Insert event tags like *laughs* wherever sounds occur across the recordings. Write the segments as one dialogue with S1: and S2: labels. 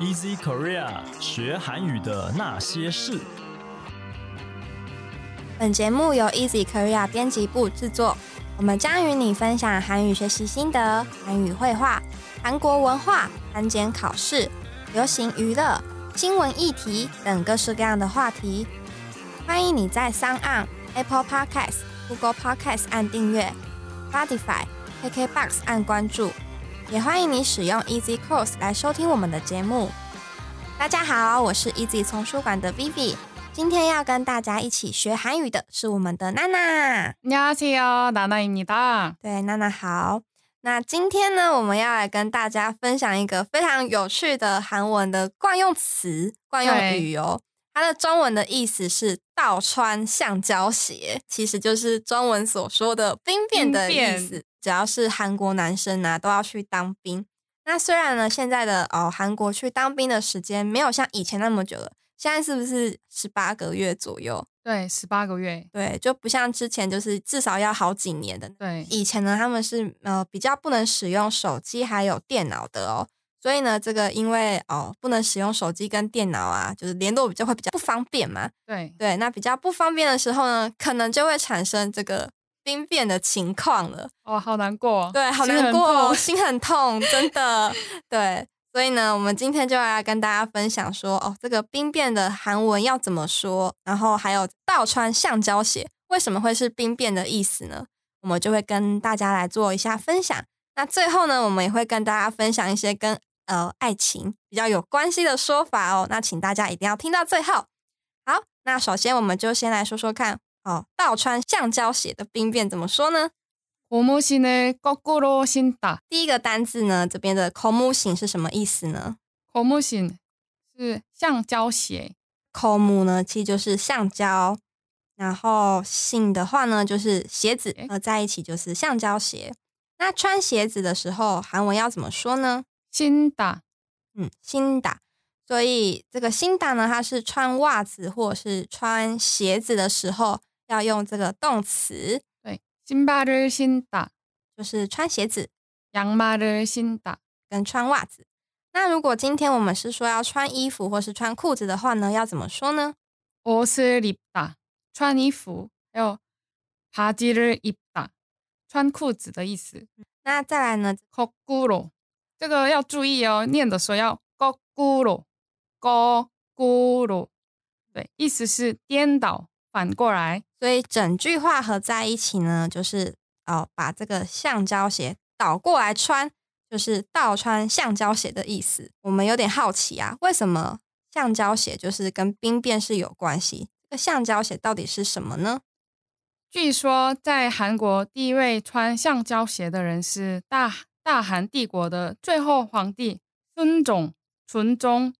S1: Easy Korea 学韩语的那些事。
S2: 本节目由 Easy Korea 编辑部制作，我们将与你分享韩语学习心得、韩语绘画、韩国文化、韩检考试、流行娱乐、新闻议题等各式各样的话题。欢迎你在 s o n Apple Podcast、Google Podcast 按订阅，Spotify、KKBox 按关注，也欢迎你使用 Easy Course 来收听我们的节目。大家好，我是 Easy 丛书馆的 Vivi，今天要跟大家一起学韩语的是我们的娜娜。
S3: 안녕하세요, 나나입니다.
S2: 对，娜娜好。那今天呢，我们要来跟大家分享一个非常有趣的韩文的惯用词、惯用语哦。它的中文的意思是“倒穿橡胶鞋”，其实就是中文所说的“兵变”的意
S3: 兵
S2: 思。只要是韩国男生啊，都要去当兵。那虽然呢，现在的哦，韩国去当兵的时间没有像以前那么久了，现在是不是十八个月左右？
S3: 对，十八个月，
S2: 对，就不像之前，就是至少要好几年的
S3: 对，
S2: 以前呢，他们是呃比较不能使用手机还有电脑的哦，所以呢，这个因为哦不能使用手机跟电脑啊，就是联络比较会比较不方便嘛。
S3: 对，
S2: 对，那比较不方便的时候呢，可能就会产生这个兵变的情况了。
S3: 哦，好难过，
S2: 对，好
S3: 心
S2: 难
S3: 很
S2: 过哦，
S3: 痛
S2: 心很痛，真的。对，所以呢，我们今天就来跟大家分享说，哦，这个兵变的韩文要怎么说，然后还有倒穿橡胶鞋为什么会是兵变的意思呢？我们就会跟大家来做一下分享。那最后呢，我们也会跟大家分享一些跟呃爱情比较有关系的说法哦。那请大家一定要听到最后。好，那首先我们就先来说说看哦，倒穿橡胶鞋的兵变怎么说呢？
S3: 고무신을 거꾸로 신다.
S2: 第一个单字呢，这边的 “komu 型”是什么意思呢
S3: 고무신 是橡胶鞋，
S2: ？“komu” 呢，其实就是橡胶，然后“型”的话呢，就是鞋子
S3: 诶，
S2: 合在一起就是橡胶鞋。那穿鞋子的时候，韩文要怎么说呢？
S3: 신다.
S2: 嗯，新打。所以这个新打呢，它是穿袜子或者是穿鞋子的时候要用这个动词，
S3: 네, 신발을 신다.
S2: 就是穿鞋子
S3: 양말을 신다.
S2: 跟穿袜子。那如果今天我们是说要穿衣服或是穿裤子的话呢，要怎么说呢？
S3: 옷을 입다.穿衣服还有 바지를 입다.穿裤子的意思。
S2: 那再来呢，
S3: 거꾸로 这个要注意哦，念的时候要 거꾸로 거꾸로 对，意思是颠倒，反过来。
S2: 所以整句话合在一起呢，就是哦，把这个橡胶鞋倒过来穿，就是倒穿橡胶鞋的意思。我们有点好奇啊，为什么橡胶鞋就是跟兵变是有关系？这个橡胶鞋到底是什么呢？
S3: 据说在韩国，第一位穿橡胶鞋的人是大大韩帝国的最后皇帝孙种纯宗。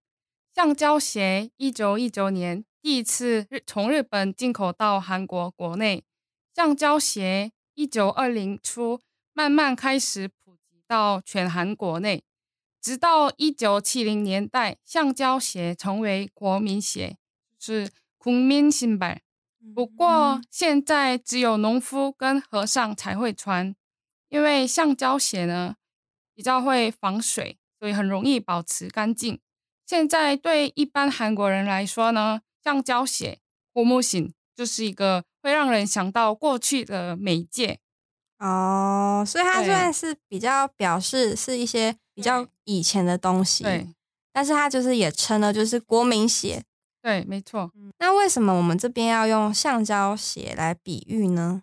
S3: 橡胶鞋一九一九年第一次日从日本进口到韩国国内，橡胶鞋一九二零初慢慢开始普及到全韩国内，直到一九七零年代，橡胶鞋成为国民鞋，是국민신발。不嗯
S2: 嗯
S3: 过现在只有农夫跟和尚才会穿，因为橡胶鞋呢比较会防水，所以很容易保持干净。现在对一般韩国人来说呢，橡胶鞋或木型就是一个会让人想到过去的媒介。
S2: 哦，所以它
S3: 对
S2: 算是比较表示是一些比较
S3: 对
S2: 以前的东西，
S3: 对
S2: 但是它就是也称了就是国民鞋。
S3: 对，没错，
S2: 那为什么我们这边要用橡胶鞋来比喻呢？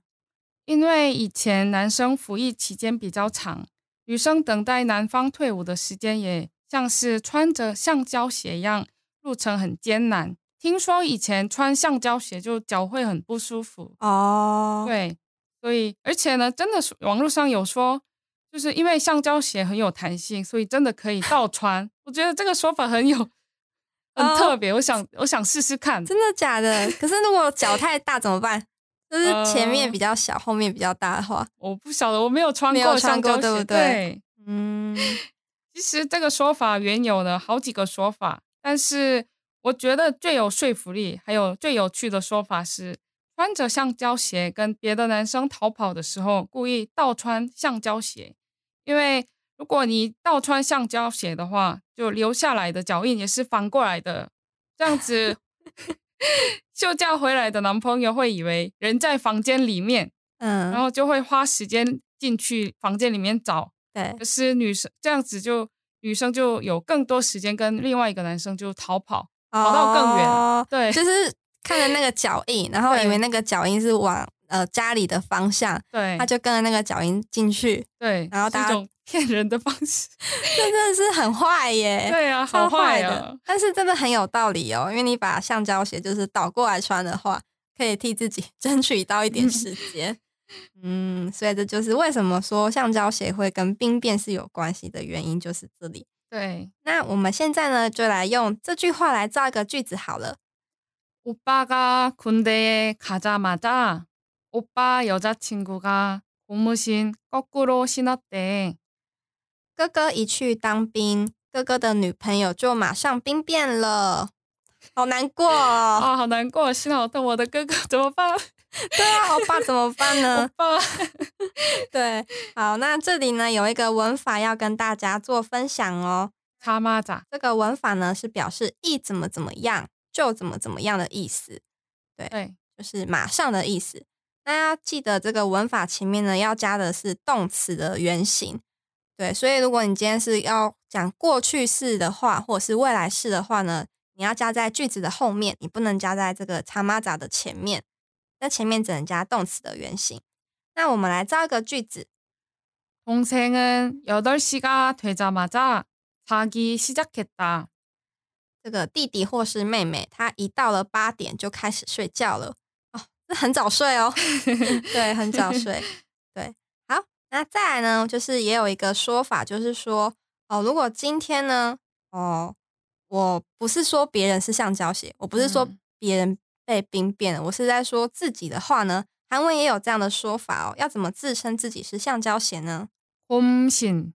S3: 因为以前男生服役期间比较长，女生等待男方退伍的时间也像是穿着橡胶鞋一样，路程很艰难。听说以前穿橡胶鞋就脚会很不舒服，
S2: 哦，
S3: 对，所以而且呢，真的是网络上有说，就是因为橡胶鞋很有弹性，所以真的可以倒穿。我觉得这个说法很有很
S2: 哦
S3: 特别，我想我想试试看。
S2: 真的假
S3: *laughs*
S2: 的？可是如果脚太大怎么办？就是前
S3: 嗯
S2: 面比较小，后面比较大的话，
S3: 我不晓得，我没有穿
S2: 没有
S3: 过
S2: 穿
S3: 橡
S2: 过
S3: 胶鞋，
S2: 对不对
S3: 对
S2: 嗯，
S3: 其实这个说法原有的好几个说法，但是我觉得最有说服力，还有最有趣的说法是，穿着橡胶鞋跟别的男生逃跑的时候，故意倒穿橡胶鞋，因为如果你倒穿橡胶鞋的话，就留下来的脚印也是翻过来的，这样子休假回来的男朋友会以为人在房间里面，然
S2: 嗯，
S3: 后就会花时间进去房间里面找。
S2: 对
S3: 可，是女生这样子就女生就有更多时间跟另外一个男生就逃跑，
S2: 跑
S3: 到更远对
S2: 哦就是看着那个脚印，然后
S3: 对
S2: 以为那个脚印是往呃家里的方向，
S3: 对
S2: 他就跟着那个脚印进去，
S3: 对，
S2: 然后
S3: 这
S2: 大家
S3: 种骗人的方
S2: *laughs*
S3: 式，
S2: 这真的是很坏耶。
S3: 对
S2: *laughs*
S3: 啊，
S2: 超
S3: *laughs* 好
S2: 坏哦
S3: 啊
S2: 的，，但是真的很有道理哦，因为你把橡胶鞋就是倒过来穿的话，可以替自己 *laughs* 争取到一点时间。嗯，所以这就是为什么说橡胶鞋会跟病变是有关系的原因，就是这里。
S3: 对。
S2: 那我们现在呢，就来用这句话来造一个句子好了。
S3: 오빠가 군대에 가자마자 오빠 여자친구가 고무신 거꾸로 신었대.
S2: 哥哥一去当兵，哥哥的女朋友就马上兵变了，好难过哦。
S3: 아, 난거 신었던 *laughs*
S2: 어.
S3: 我的哥哥怎么办?
S2: 对啊，欧巴怎么办 *laughs* 呢？
S3: 오빠. *laughs*
S2: 对，好，那这里呢有一个文法要跟大家做分享哦。
S3: 자마자.
S2: 这个文法呢是表示一怎么怎么样就怎么怎么样的意思，
S3: 네.
S2: 就是马上的意思。那要记得这个文法前面呢要加的是动词的原形。对，所以如果你今天是要讲过去式的话，或者是未来式的话呢，你要加在句子的后面，你不能加在这个查马扎的前面。那前面只能加动词的原形。那我们来造一个句子，
S3: 동생은 8시가 되자마자 자기 시작했다.
S2: 这个弟弟或是妹妹，他一到了八点就开始睡觉了哦，这很早睡哦， *laughs* 对，很早睡，对，好，那再来呢，就是也有一个说法，就是说哦，如果今天呢，哦，我不是说别人是橡胶鞋，我不是说
S3: 嗯
S2: 别人被兵变了，我是在说自己的话呢，韩文也有这样的说法哦，要怎么自称自己是橡胶鞋呢？
S3: 곰신.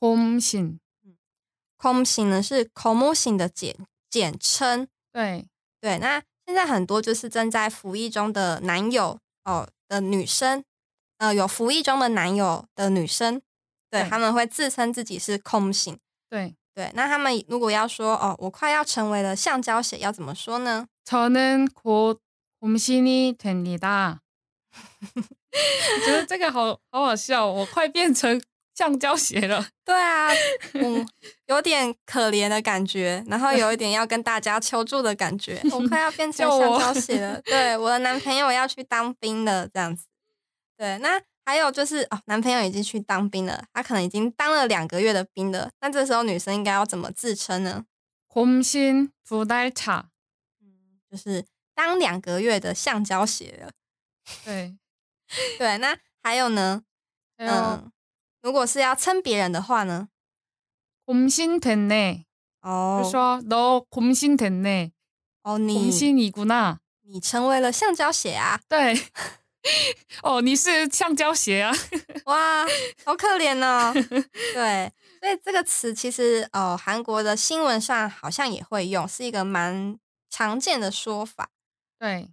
S3: 곰신.
S2: c o m 型呢是 c o m 型的简简称。
S3: 네.
S2: 对，那现在很多就是正在服役中的男友哦的女生，呃，有服役中的男友的女生，对
S3: 对
S2: 他们会自称自己是空性。
S3: 네.
S2: 对，那他们如果要说哦，我快要成为了橡胶血，要怎么说呢？
S3: 저는 곧 곰신이 됩니다. *laughs* 뭐,觉得这个好好好笑，我快变成橡胶鞋了。
S2: 对啊，嗯，有点可怜的感觉，然后有一点要跟大家求助的感觉。我快要变成
S3: 救
S2: 橡
S3: 我
S2: 胶鞋了，对，我的男朋友要去当兵了，这样子。对，那还有就是哦，男朋友已经去当兵了，他可能已经当了两个月的兵了。那这时候女生应该要怎么自称呢？
S3: 곰신 두 달 차.
S2: 就是当两个月的橡胶鞋了。
S3: 네. 어,
S2: 对，那还有呢？
S3: 그래요.
S2: 嗯，如果是要称别人的话呢？
S3: 곰신 됐네.
S2: 哦，
S3: 그래서 너 곰신 됐네.
S2: 哦，你
S3: 곰신이구나.
S2: 你成为了橡胶鞋啊！
S3: 네. *laughs* 어,你是橡胶鞋啊.
S2: *laughs* 哇，好可怜哦。对，所以这个词其实呃，韩国的新闻上好像也会用，是一个蛮常见的说法。
S3: 네.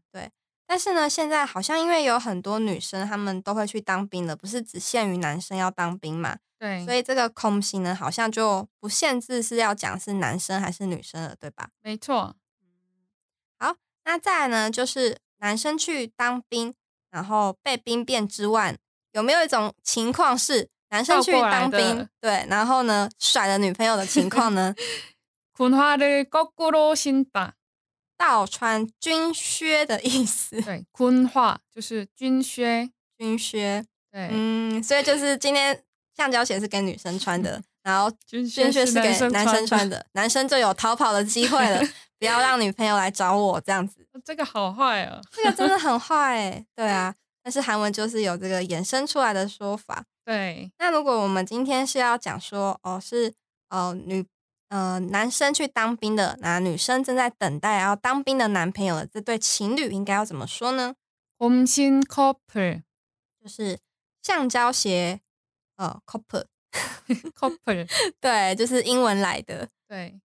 S2: 但是呢，现在好像因为有很多女生她们都会去当兵了，不是只限于男生要当兵嘛，
S3: 네.
S2: 所以这个空型呢，好像就不限制是要讲是男生还是女生了，对吧？
S3: 没错.
S2: 那再来呢，就是男生去当兵，然后被兵变之外，有没有一种情况是男生去当
S3: 倒过来
S2: 兵
S3: 的，
S2: 对，然后呢甩了女朋友的情况呢？
S3: *laughs* 군화를 거꾸로 신다.
S2: 倒穿军靴的意
S3: *laughs*
S2: 思，
S3: 네. 군화 就是军靴.
S2: 军靴，
S3: 네.
S2: 嗯，所以就是今天橡胶鞋是给女生穿的，然后军靴是给男生穿
S3: 嗯军靴是男生穿的。
S2: 的，男生就有逃跑的机会
S3: *laughs*
S2: 了，不要让女朋友来找我这样子，
S3: 这个好坏啊。
S2: 这个真的很坏、欸，对啊，但是韩文就是有这个衍生出来的说法。
S3: 네.
S2: 那如果我们今天是要讲说，哦，是呃女呃男生去当兵的，那女生正在等待要当兵的男朋友的这对情侣，应该要怎么说呢？
S3: 곰신 *laughs* 커플.
S2: 就是橡胶鞋，呃，couple，
S3: 커플.
S2: *laughs* 对，就是英文来的。
S3: 네.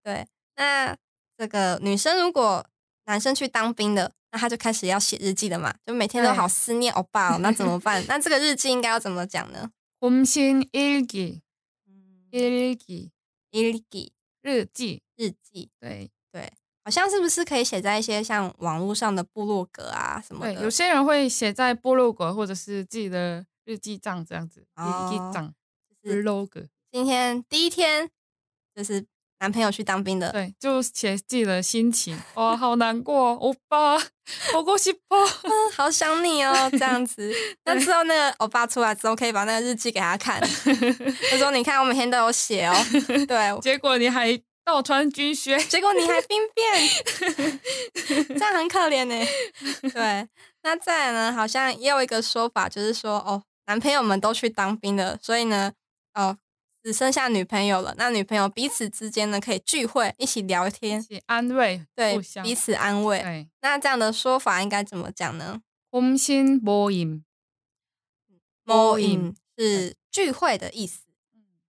S2: 那这个女生如果男生去当兵的，那她就开始要写日记了嘛，就每天都
S3: 对
S2: 好哦思念欧巴哦，那怎么办？那这个日记应该要怎么讲呢？
S3: 곰신 일기.
S2: 嗯
S3: 日记
S2: ilgi
S3: 日记，
S2: 日记，
S3: 对
S2: 好像是不是可以写在一些像网络上的部落格啊什么
S3: 对，
S2: 的？
S3: 有些人会写在部落格或者是自己的日记账这样子，日记
S2: 哦
S3: 账
S2: 就是
S3: log，
S2: 今天第一天，就是男朋友去当兵的，
S3: 对，就写自己的心情，哇、好难过，欧巴，好过 *laughs* 西巴，
S2: 嗯，好想你哦，这样
S3: *laughs*
S2: 子。那之后那个欧巴出来之后，可以把那个日记给他
S3: *laughs*
S2: 看，就说你看我每天都有写哦，对，
S3: 结果你还倒穿
S2: *laughs*
S3: 军靴，
S2: 结果你还兵变， *laughs* 这样很可怜呢。对，那再来呢，好像也有一个说法，就是说哦，男朋友们都去当兵了，所以呢，哦，只剩下女朋友了。那女朋友彼此之间呢，可以聚会，一起聊天，
S3: 去安慰，
S2: 对
S3: 互，相
S2: 彼此安慰。
S3: 对，
S2: 那这样的说法应该怎么讲呢？
S3: 空心无影，
S2: 摸
S3: All in
S2: 影是聚会的意思。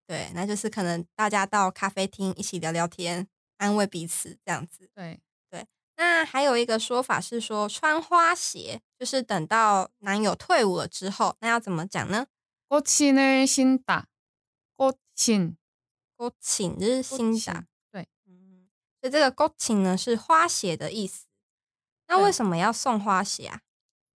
S2: 对，那就是可能大家到咖啡厅一起聊聊天，安慰彼此这样子。
S3: 对，
S2: 那还有一个说法是说穿花鞋，就是等到男友退伍了之后，那要怎么讲呢？
S3: 꽃신을신다，꽃신，
S2: 勾请日新打，
S3: 对，
S2: 嗯，所以这个勾请呢是花鞋的意思。那
S3: 对
S2: 为什么要送花鞋啊？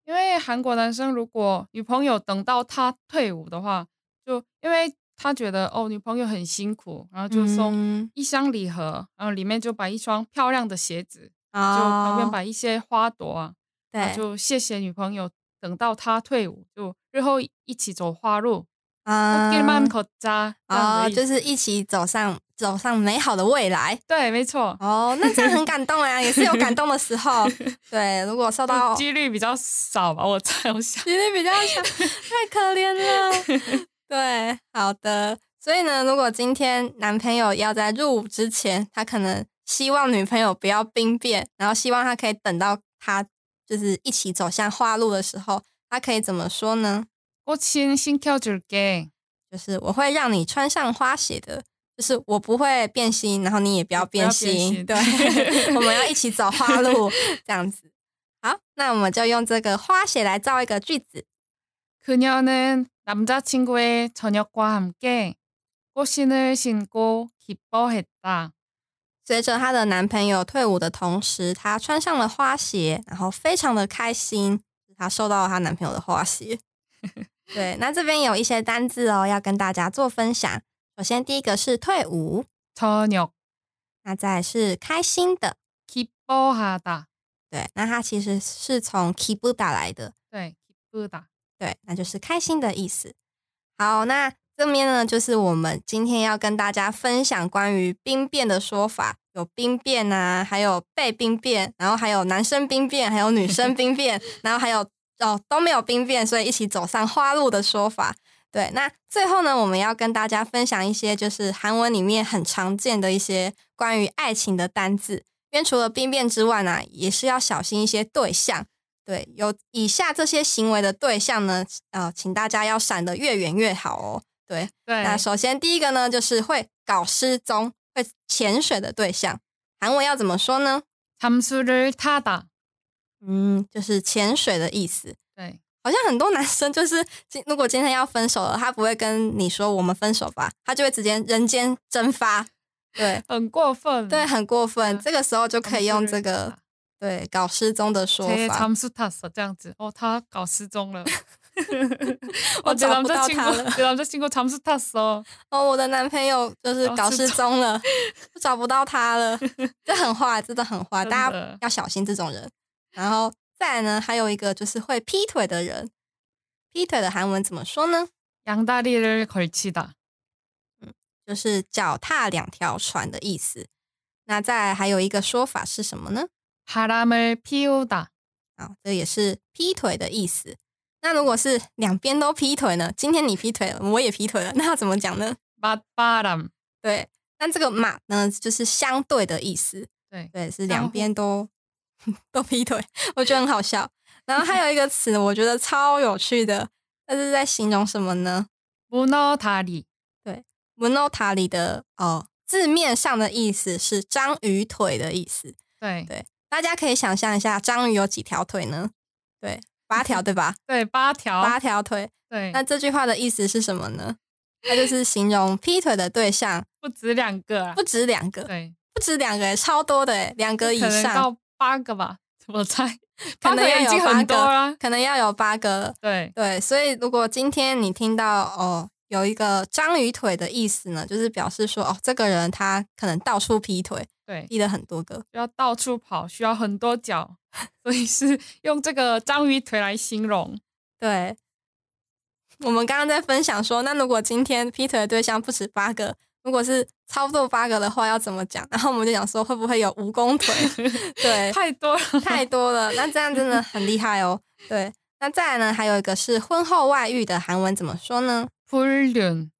S3: 因为韩国男生如果女朋友等到他退伍的话，就因为他觉得哦女朋友很辛苦，然后就送
S2: 嗯
S3: 一箱礼盒，然后里面就摆一双漂亮的鞋子，就旁边
S2: 哦，
S3: 摆一些花朵啊，然后
S2: 对，
S3: 就谢谢女朋友等到他退伍，就日后一起走花路，
S2: 啊
S3: 길만걷자这样的
S2: 哦，
S3: 意思
S2: 就是一起走上走上美好的未来。
S3: 对，没错，
S2: 哦，那这样很感动啊，也是有感动的时
S3: *laughs*
S2: 候。对，如果受到
S3: 就几率比较少吧，我猜
S2: *laughs*
S3: 我想。
S2: 比例比较小，太可怜了。 *laughs* 对，好的。所以呢，如果今天男朋友要在入伍之前，他可能希望女朋友不要兵变，然后希望他可以等到他就是一起走向花路的时候，他可以怎么说呢？
S3: 꽃신신켜줄게，
S2: 就是我会让你穿上花鞋的，就是我不会变心，然后你也不要
S3: 不
S2: 变
S3: 要变
S2: 心。
S3: 心 *laughs*
S2: 对，我们要一起走花路， *laughs* 这样子。好，那我们就用这个花鞋来造一个句子。
S3: 그녀는 남자친구의 저녁과 함께 꽃신을 신고 기뻐했다.
S2: 随着她的男朋友退伍的同时，她穿上了花鞋，然后非常的开心，她收到了她男朋友的花鞋。对，那这边有一些单字哦，要跟大家做分享。首先第一个是退伍，
S3: 저녁
S2: 那再来是开心的，
S3: 기뻐하다.
S2: 对，那它其实是从 kibuda 来的，
S3: 네, 기쁘다.
S2: 对，那就是开心的意思。好，那这边呢，就是我们今天要跟大家分享关于兵变的说法，有兵变啊，还有被兵变，然后还有男生兵变，还有女生兵变，然后还有哦都没有兵变，所以一起走上花路的说法。对，那最后呢，我们要跟大家分享一些就是韩文里面很常见的一些关于爱情的单字，因为除了兵变之外呢，也是要小心一些对象。对，有以下这些行为的对象呢，呃，请大家要闪得越远越好哦。对，
S3: 네,
S2: 那首先第一个呢，就是会搞失踪、会潜水的对象，韩文要怎么说呢？
S3: 잠수를 타다.
S2: 嗯，就是潜水的意思。
S3: 네,
S2: 好像很多男生就是，今如果今天要分手了，他不会跟你说我们分手吧，他就会直接人间蒸发。对
S3: 很过分.
S2: 对，很过分。
S3: 嗯
S2: 这个时候就可以用
S3: 잠수를
S2: 这个
S3: 타다.
S2: 对搞失踪的说
S3: 제
S2: 法，
S3: 잠수 탔어.这样子.哦,他搞失踪了.
S2: 我找不到他了。
S3: 어, 제 남자친구, 제 남자친구 잠수 탔어.
S2: 哦，我的男朋友就是搞
S3: 搞失
S2: 失踪
S3: *laughs*
S2: 了，找不到他了，这很坏，真的很坏，
S3: 真的
S2: 大家要小心这种人。然后再来呢，还有一个就是会劈腿的人，劈腿的韩文怎么说呢？
S3: 양다리를 걸치다.
S2: 就是脚踏两条船的意思。那再来还有一个说法是什么呢？
S3: 바람을 피우다.
S2: 啊，这也是劈腿的意思。那如果是两边都劈腿呢？今天你劈腿了，我也劈腿了，那要怎么讲呢？
S3: 맞바람.
S2: 对，那这个马呢，就是相对的意思。
S3: 对
S2: 对，是
S3: 相
S2: 两
S3: 互
S2: 边都 *laughs* 都劈腿，我觉得很好笑。然后还
S3: *laughs*
S2: 有一个词，我觉得超有趣的，那是在形容什么呢？
S3: 문어다리.
S2: “monota” 里的哦，字面上的意思是章鱼腿的意思。
S3: 네.
S2: 大家可以想象一下，章鱼有几条腿呢？
S3: *laughs*
S2: 对，八条对吧？
S3: 对，八条，
S2: 八条腿。
S3: 对，
S2: 那这句话的意思是什么呢？它就是形容劈腿的对象
S3: 不止两个啊
S2: 不，止两个，
S3: 对，
S2: 不止两个，欸超多的，两个以
S3: 可能
S2: 上，
S3: 到八个吧，我猜， *laughs*
S2: 可
S3: 八
S2: 能
S3: 个
S2: 要
S3: 已经
S2: 有八
S3: 很多
S2: 个，
S3: 了。
S2: 可能要有八个了。
S3: 对，
S2: 对，所以如果今天你听到哦有一个章鱼腿的意思呢，就是表示说哦这个人他可能到处劈腿，
S3: 对，
S2: 劈了很多个。
S3: 要到处跑，需要很多脚，所以是 *laughs* 用这个章鱼腿来形容。
S2: 对，我们刚刚在分享说，那如果今天劈腿的对象不止八个，如果是超过八个的话，要怎么讲？然后我们就想说，会不会有蜈蚣腿？ *laughs* 对，
S3: 太多了，
S2: 太多了，那这样真的很厉害哦。对，那再来呢，还有一个是婚后外遇的韩文怎么说呢？
S3: 不伦，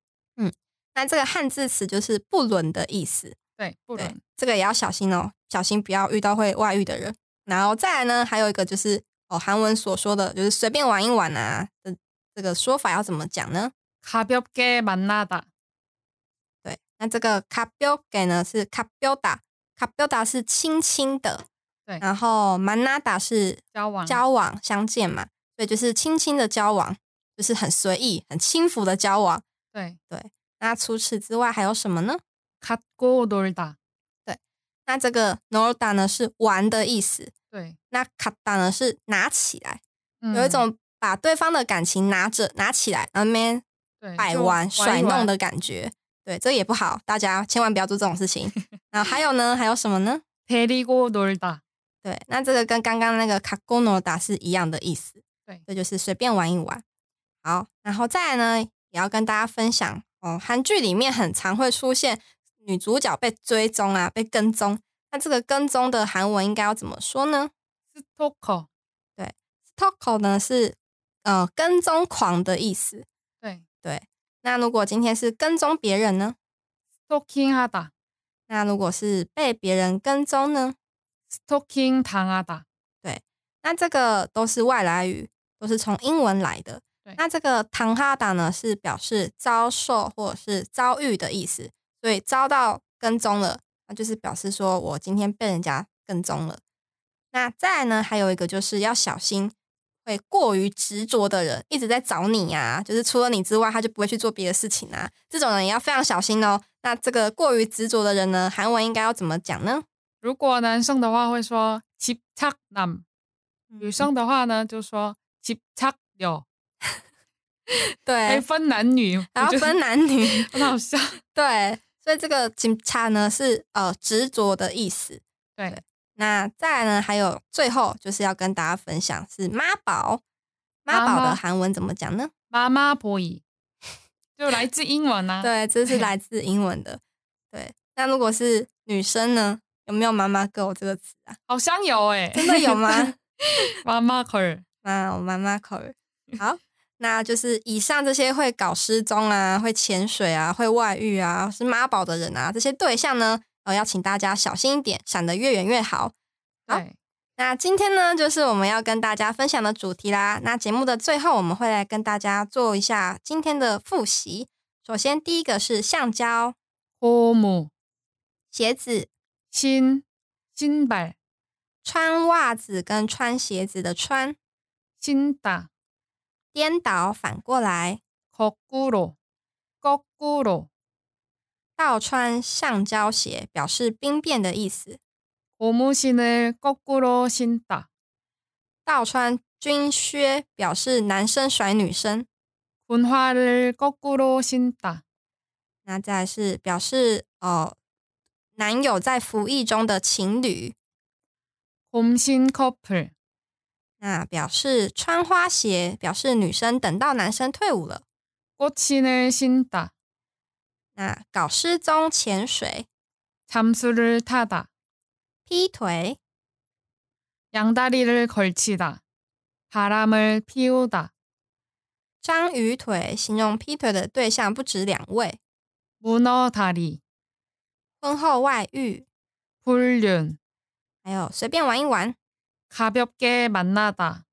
S2: 那这个汉字词就是不伦的意思。
S3: 对，不
S2: 对
S3: 伦，，
S2: 这个也要小心哦，小心不要遇到会外遇的人。然后再来呢，还有一个就是哦，韩文所说的就是随便玩一玩啊的这个说法要怎么讲呢？
S3: 卡标给만나다，
S2: 对，那这个卡标给呢是卡标打，卡标打是亲亲的，
S3: 对
S2: 然后曼纳达是
S3: 交往，
S2: 交往相见嘛，所以就是轻轻的交往，就是很随意、很轻浮的交往。
S3: 对，
S2: 那除此之外还有什么呢？
S3: 갖고놀다，
S2: 那这个 “norda” 呢是玩的意思，
S3: 对，
S2: 那 “kata” 呢是拿起来。
S3: 嗯
S2: 有一种把对方的感情拿着拿起来，然后面
S3: 对
S2: 摆
S3: 就
S2: 完甩
S3: 一
S2: 弄
S3: 玩
S2: 的感觉。对，这也不好，大家千万不要做这种事
S3: *laughs*
S2: 情。然后还有呢，还有什么呢？
S3: 데리고놀다，
S2: 对，那这个跟刚刚那个卡古诺达是一样的意思。
S3: 对
S2: 这就是随便玩一玩。好，然后再来呢，也要跟大家分享哦，韩剧里面很常会出现女主角被追踪啊，被跟踪。那这个跟踪的韩文应该要怎么说呢？
S3: 스토커，
S2: stalker 呢是呃跟踪狂的意思。
S3: 对，
S2: 那如果今天是跟踪别人呢？
S3: 스토킹하다，
S2: 那如果是被别人跟踪呢？
S3: 스토킹당하다，
S2: 那这个都是外来语，都是从英文来的
S3: 对。
S2: 那这个“唐哈达”呢，是表示遭受或者是遭遇的意思，所以遭到跟踪了，那就是表示说我今天被人家跟踪了。那再来呢，还有一个就是要小心会过于执着的人，一直在找你呀、就是除了你之外，他就不会去做别的事情啊。这种人也要非常小心哦。那这个过于执着的人呢，韩文应该要怎么讲呢？
S3: 如果男生的话会说집착남，女
S2: 嗯
S3: 生的话呢就说집착녀，还
S2: 对，
S3: 分男女，
S2: 然后
S3: *laughs*
S2: 分男女，
S3: 女，很好笑。
S2: 对，所以这个警察呢是呃执着的意思。
S3: 对，
S2: 那再来呢，还有最后就是要跟大家分享是妈宝，妈宝
S3: 妈妈
S2: 的韩文怎么讲呢？
S3: 妈妈婆姨就来自英文啊。
S2: 对，这是 *laughs* 来自英文的。对，那如果是女生呢，有没有妈妈 girl 这个词啊？
S3: 好像有哎、
S2: 真的有
S3: *laughs*
S2: 吗？ *laughs*
S3: 妈妈口儿，
S2: 那啊我妈妈口语。好，那就是以上这些会搞失踪啊、会潜水啊、会外遇啊、是妈宝的人啊，这些对象呢，呃，要请大家小心一点，闪得越远越好。好
S3: 对，
S2: 那今天呢，就是我们要跟大家分享的主题啦。那节目的最后，我们会来跟大家做一下今天的复习。首先，第一个是橡胶、
S3: 고무
S2: 鞋子、
S3: 신 신발
S2: 穿袜子跟穿鞋子的穿、
S3: 신다
S2: 颠倒反过来、
S3: 거꾸로 거꾸로
S2: 倒穿橡胶鞋，表示兵变的意思。
S3: 고무신을 거꾸로 신다
S2: 倒穿军靴表示男生甩女生，
S3: 군화를 거꾸로 신다
S2: 那再来是表示哦，男友在服役中的情侣，
S3: 곰신 커플
S2: 那表示穿花鞋表示女生等到男生退伍了，
S3: 꽃신을 신다
S2: 那搞失踪、潜水、
S3: 잠수를 타다
S2: 劈腿、
S3: 양다리를 걸치다 바람을 피우다
S2: 章鱼腿，形容劈腿的对象不止两位，
S3: 문어다리
S2: 婚后外遇，
S3: 불륜
S2: 还有随便玩一玩。
S3: 가볍게 만나다.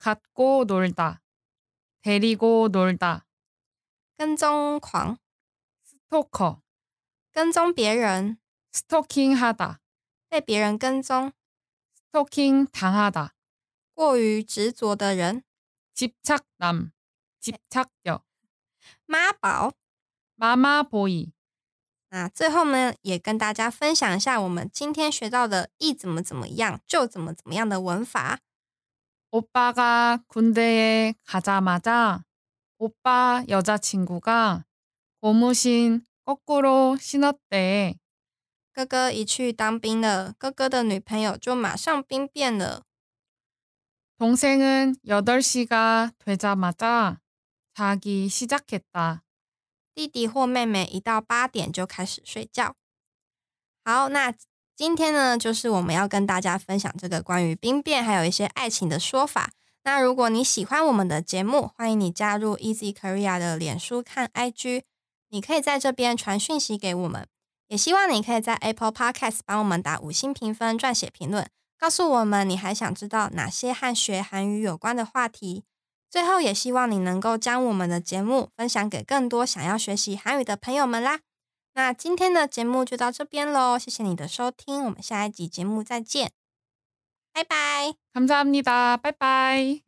S3: 갖고 놀다. 데리고 놀다.
S2: 跟踪狂，
S3: 스토커.
S2: 跟踪别人，
S3: 스토킹하다.
S2: 被别人跟踪，
S3: 스토킹 당하다.
S2: 过于执着的人，
S3: 집착남. 집착력.
S2: 妈宝，
S3: 妈妈不已。
S2: 那最后呢，也跟大家分享一下我们今天学到的“一怎么怎么样就怎么怎么样”的文法。
S3: 오빠가 군대에 가자마자 오빠 여자친구가 고무신 거꾸로 신었대.
S2: 哥哥一去当兵了，哥哥的女朋友就马上兵变了。
S3: 동생은 8시가 되자마자 자기 시작했다.
S2: 弟弟或妹妹一到八点就开始睡觉。好，那今天呢，就是我们要跟大家分享这个关于兵变还有一些爱情的说法。那如果你喜欢我们的节目，欢迎你加入 Easy Korea 的脸书看 IG，你可以在这边传讯息给我们。也希望你可以在 Apple Podcast 帮我们打五星评分、撰写评论，告诉我们你还想知道哪些和学韩语有关的话题。最后，也希望你能够将我们的节目分享给更多想要学习韩语的朋友们啦。那今天的节目就到这边喽，谢谢你的收听，我们下一集节目再见，拜拜。
S3: 감사합니다. 빠이빠이.